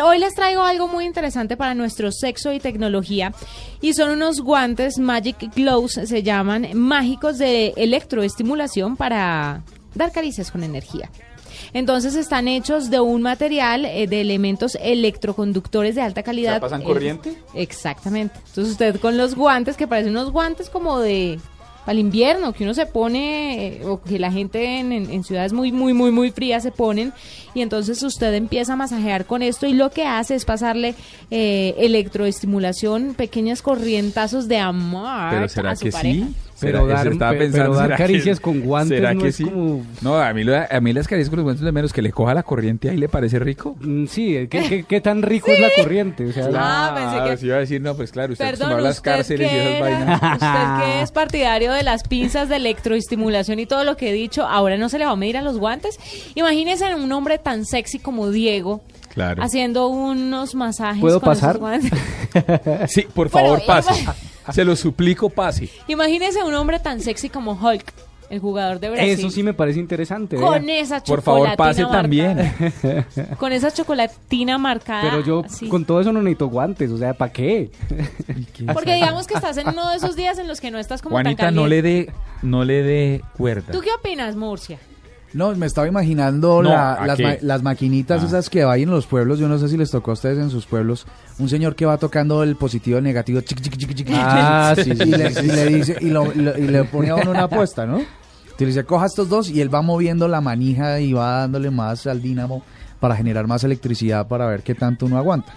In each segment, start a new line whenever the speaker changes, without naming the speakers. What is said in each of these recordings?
Hoy les traigo algo muy interesante para nuestro sexo y tecnología y son unos guantes Magic Glows, se llaman mágicos de electroestimulación para dar caricias con energía. Entonces están hechos de un material eh, de elementos electroconductores de alta calidad.
¿O sea, pasan
Eh,
corriente?
exactamente. Entonces usted con los guantes que parecen unos guantes como de para el invierno que uno se pone eh, o que la gente en, en- en ciudades muy muy muy muy frías se ponen y entonces usted empieza a masajear con esto y lo que hace es pasarle eh, electroestimulación pequeñas corrientazos de amor
Pero será
a su
que
pareja.
sí?
Pero
Será-
dar-
se estaba
pe- pero
pensando,
dar
¿será que-
caricias con guantes
¿será
no
que
es
sí?
como-
No, a mí, lo- a mí las caricias con los guantes de menos que le coja la corriente ahí le parece rico.
Mm, Sí, ¿qué, qué, qué tan rico es la corriente? O sea,
Ah, pensé que-
sí iba a decir, no, pues claro, usted acostumbrado
Perdón,
a las
usted
cárceles y
que,
esas vainas.
era-
Usted
vainas.
usted que es partidario de las pinzas de electroestimulación y todo lo que he dicho, ahora no se le va a medir a los guantes. Imagínense un hombre tan sexy como Diego
Claro.
haciendo unos masajes
¿Puedo
con esos
pasar?
guantes.
Sí, por
Bueno,
favor,
eh,
pase. Se lo suplico, pase.
Imagínense un hombre tan sexy como Hulk, el jugador de Brasil.
eso sí me parece interesante. vea.
con esa
Por
chocolatina
favor, pase
marcada-
también.
Con esa chocolatina marcada.
Pero yo
así.
con todo eso no necesito guantes, o sea, ¿para qué?
Porque digamos que estás en uno de esos días en los que no estás como
Juanita,
tan
no le
caliente.
dé, no le dé cuerda.
¿Tú qué opinas, Murcia?
No, me estaba imaginando
No,
la-
¿a
las,
qué?
ma- las maquinitas
Ah.
esas que hay en los pueblos. Yo no sé si les tocó a ustedes en sus pueblos. Un señor que va tocando el positivo, el negativo, chic, chic, chic, chic, chic,
Ah,
chic,
sí, sí,
y, le,
sí,
y le dice y, lo- lo- y le pone a uno una apuesta, ¿no? Te dice coja estos dos y él va moviendo la manija y va dándole más al dínamo para generar más electricidad para ver qué tanto uno aguanta.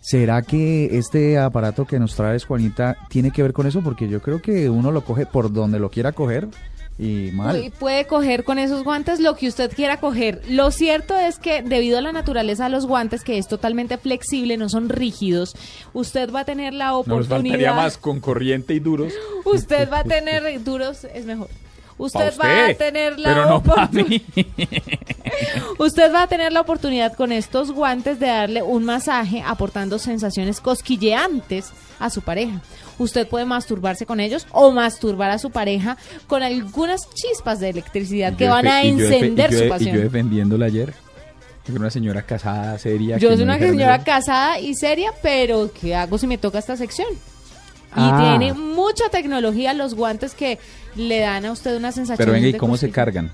¿Será que este aparato que nos traes, Juanita, tiene que ver con eso? Porque yo creo que uno lo coge por donde lo quiera coger y mal.
Uy, Puede coger con esos guantes lo que usted quiera coger. Lo cierto es que debido a la naturaleza de los guantes, que es totalmente flexible, no son rígidos, usted va a tener la
No nos faltaría
oportunidad.
más con corriente y duros.
Usted va a tener duros, es mejor.
Pa'
Usted, va a
usted,
tener la
Pero no para
oportunidad.
mí.
Usted va a tener la oportunidad con estos guantes de darle un masaje aportando sensaciones cosquilleantes a su pareja. Usted puede masturbarse con ellos o masturbar a su pareja con algunas chispas de electricidad que
Yo
van
defe-
a
y yo defe-
encender
y yo
su
de-
pasión.
Y yo defendiéndola ayer. Yo era una señora casada, seria.
Yo
que
soy
no
una
dijeron
señora
eso.
casada y seria, pero ¿qué hago si me toca esta sección? Y
Ah.
tiene mucha tecnología los guantes que le dan a usted una sensación.
Pero venga, ¿y
de
cómo se
cosquilla?
cargan?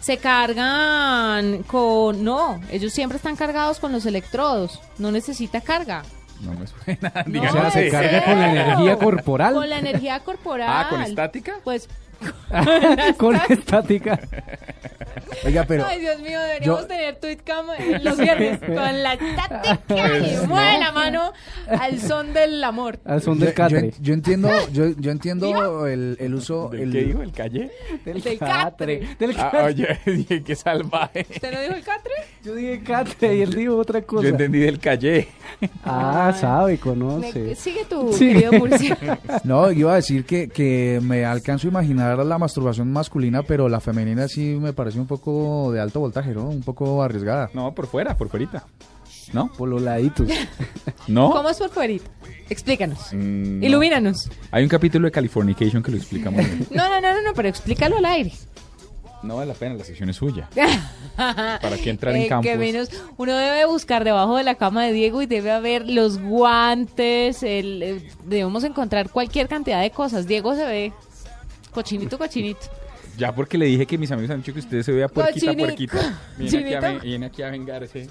Se cargan con... No, ellos siempre están cargados con los electrodos. No necesita carga.
No me suena.
No,
o sea,
¿en
se
así.
carga con la
serio?
energía corporal,
Con la energía corporal.
Ah, ¿con estática?
Pues...
con estática.
Oiga, pero
Ay, Dios mío, deberíamos
yo-
tener tweetcam los viernes con la estática
Pues
y mueve la mano al son del amor.
Al son
Yo-
del catre.
Yo, yo entiendo, yo, yo entiendo el, el uso.
¿Del
el-
qué dijo? ¿El calle?
del catre.
Del
Ah,
catre.
oye, dije, qué salvaje.
¿Usted no dijo el catre?
Yo dije catre y él dijo otra cosa.
Yo entendí del calle.
Ah, sabe,
Me-
conoce.
Sigue tu
Sí.
querido Murcia.
No, iba a decir que, que me alcanzo a imaginar la masturbación masculina, pero la femenina sí me parece un poco de alto voltaje, ¿no? Un poco arriesgada.
No, por fuera, por fuerita. ¿No?
Por los laditos.
¿No?
¿Cómo es por fuerita? Explícanos.
Mm, no.
Ilumínanos.
Hay un capítulo de Californication que lo explica muy bien.
No, no, no, no, no, pero explícalo al aire.
No vale la pena, la sección es suya. ¿Para qué entrar en
Eh,
campos?
que menos, uno debe buscar debajo de la cama de Diego y debe haber los guantes, el, eh, debemos encontrar cualquier cantidad de cosas. Diego se ve cochinito, cochinito.
Ya porque le dije que mis amigos han dicho que usted se vea puerquita,
Cochinico.
puerquita. Viene aquí, a,
Chinito.
viene aquí a vengarse.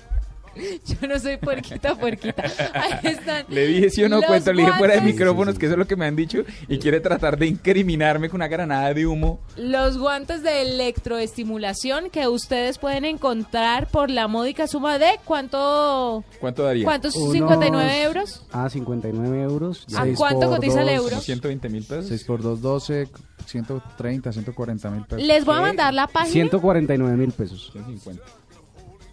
Yo no soy puerquita, puerquita. Ahí están.
Le dije si o no
los
cuento, le dije fuera de
guantes-
micrófonos, que eso es lo que me han dicho, y quiere tratar de incriminarme con una granada de humo.
Los guantes de electroestimulación que ustedes pueden encontrar por la módica suma de cuánto
¿Cuánto daría?
¿Cuántos?
Unos-
59 euros.
Ah, 59 euros.
¿A
Seis
cuánto
por
cotiza el
dos,
euro?
Como 120 mil pesos.
6 por 2, 12, 130, 140 mil pesos.
Les voy a mandar la página.
149 mil pesos.
150.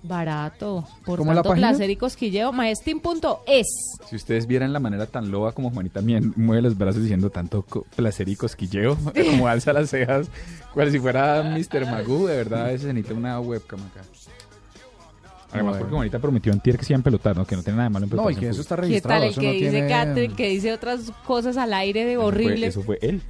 Barato. Por
¿Cómo la
tanto
página?
placer y cosquilleo, maestin.es.
Si ustedes vieran la manera tan loba como Juanita mien- mueve los brazos diciendo tanto co- placer y cosquilleo, como alza las cejas, cual si fuera Mr. Magoo, de verdad a veces se necesita una webcam acá. Además,
Bueno.
porque Juanita prometió antier que se iban a pelotar, ¿no? Que no tiene nada de malo en
No,
pelotarse
y que
en
eso está
¿Qué
registrado.
tal el
eso
que
no
dice
tiene-
Catherine, que dice otras cosas al aire de
público. Pues,
horribles?
Eso fue- Eso fue él.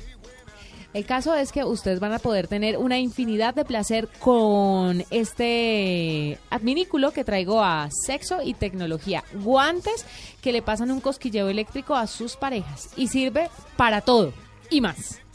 El caso es que ustedes van a poder tener una infinidad de placer con este adminículo que traigo a sexo y tecnología. Guantes que le pasan un cosquilleo eléctrico a sus parejas y sirve para todo y más.